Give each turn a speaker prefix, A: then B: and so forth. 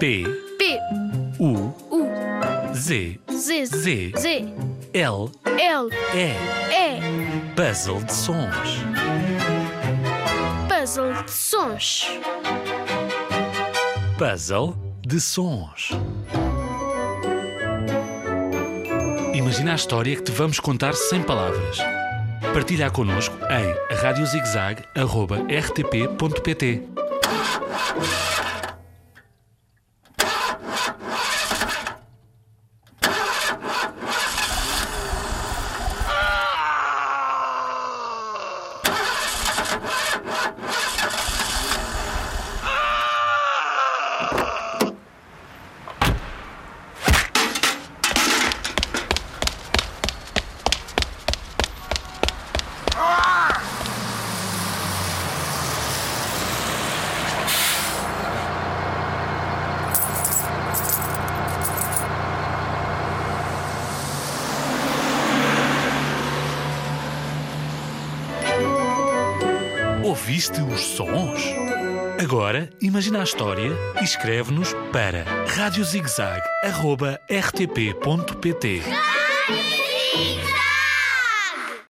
A: P,
B: P,
A: U,
B: U,
A: Z,
B: Z,
A: Z.
B: Z,
A: L,
B: L,
A: E.
B: E,
A: Puzzle de sons.
B: puzzle de sons.
A: Puzzle de sons. Imagina a história que te vamos contar sem palavras. Partilha connosco em radiozigzag.rtp.pt Ouviste os sons? Agora imagina a história e escreve-nos para radiozigzag.rtp.pt
C: Diga!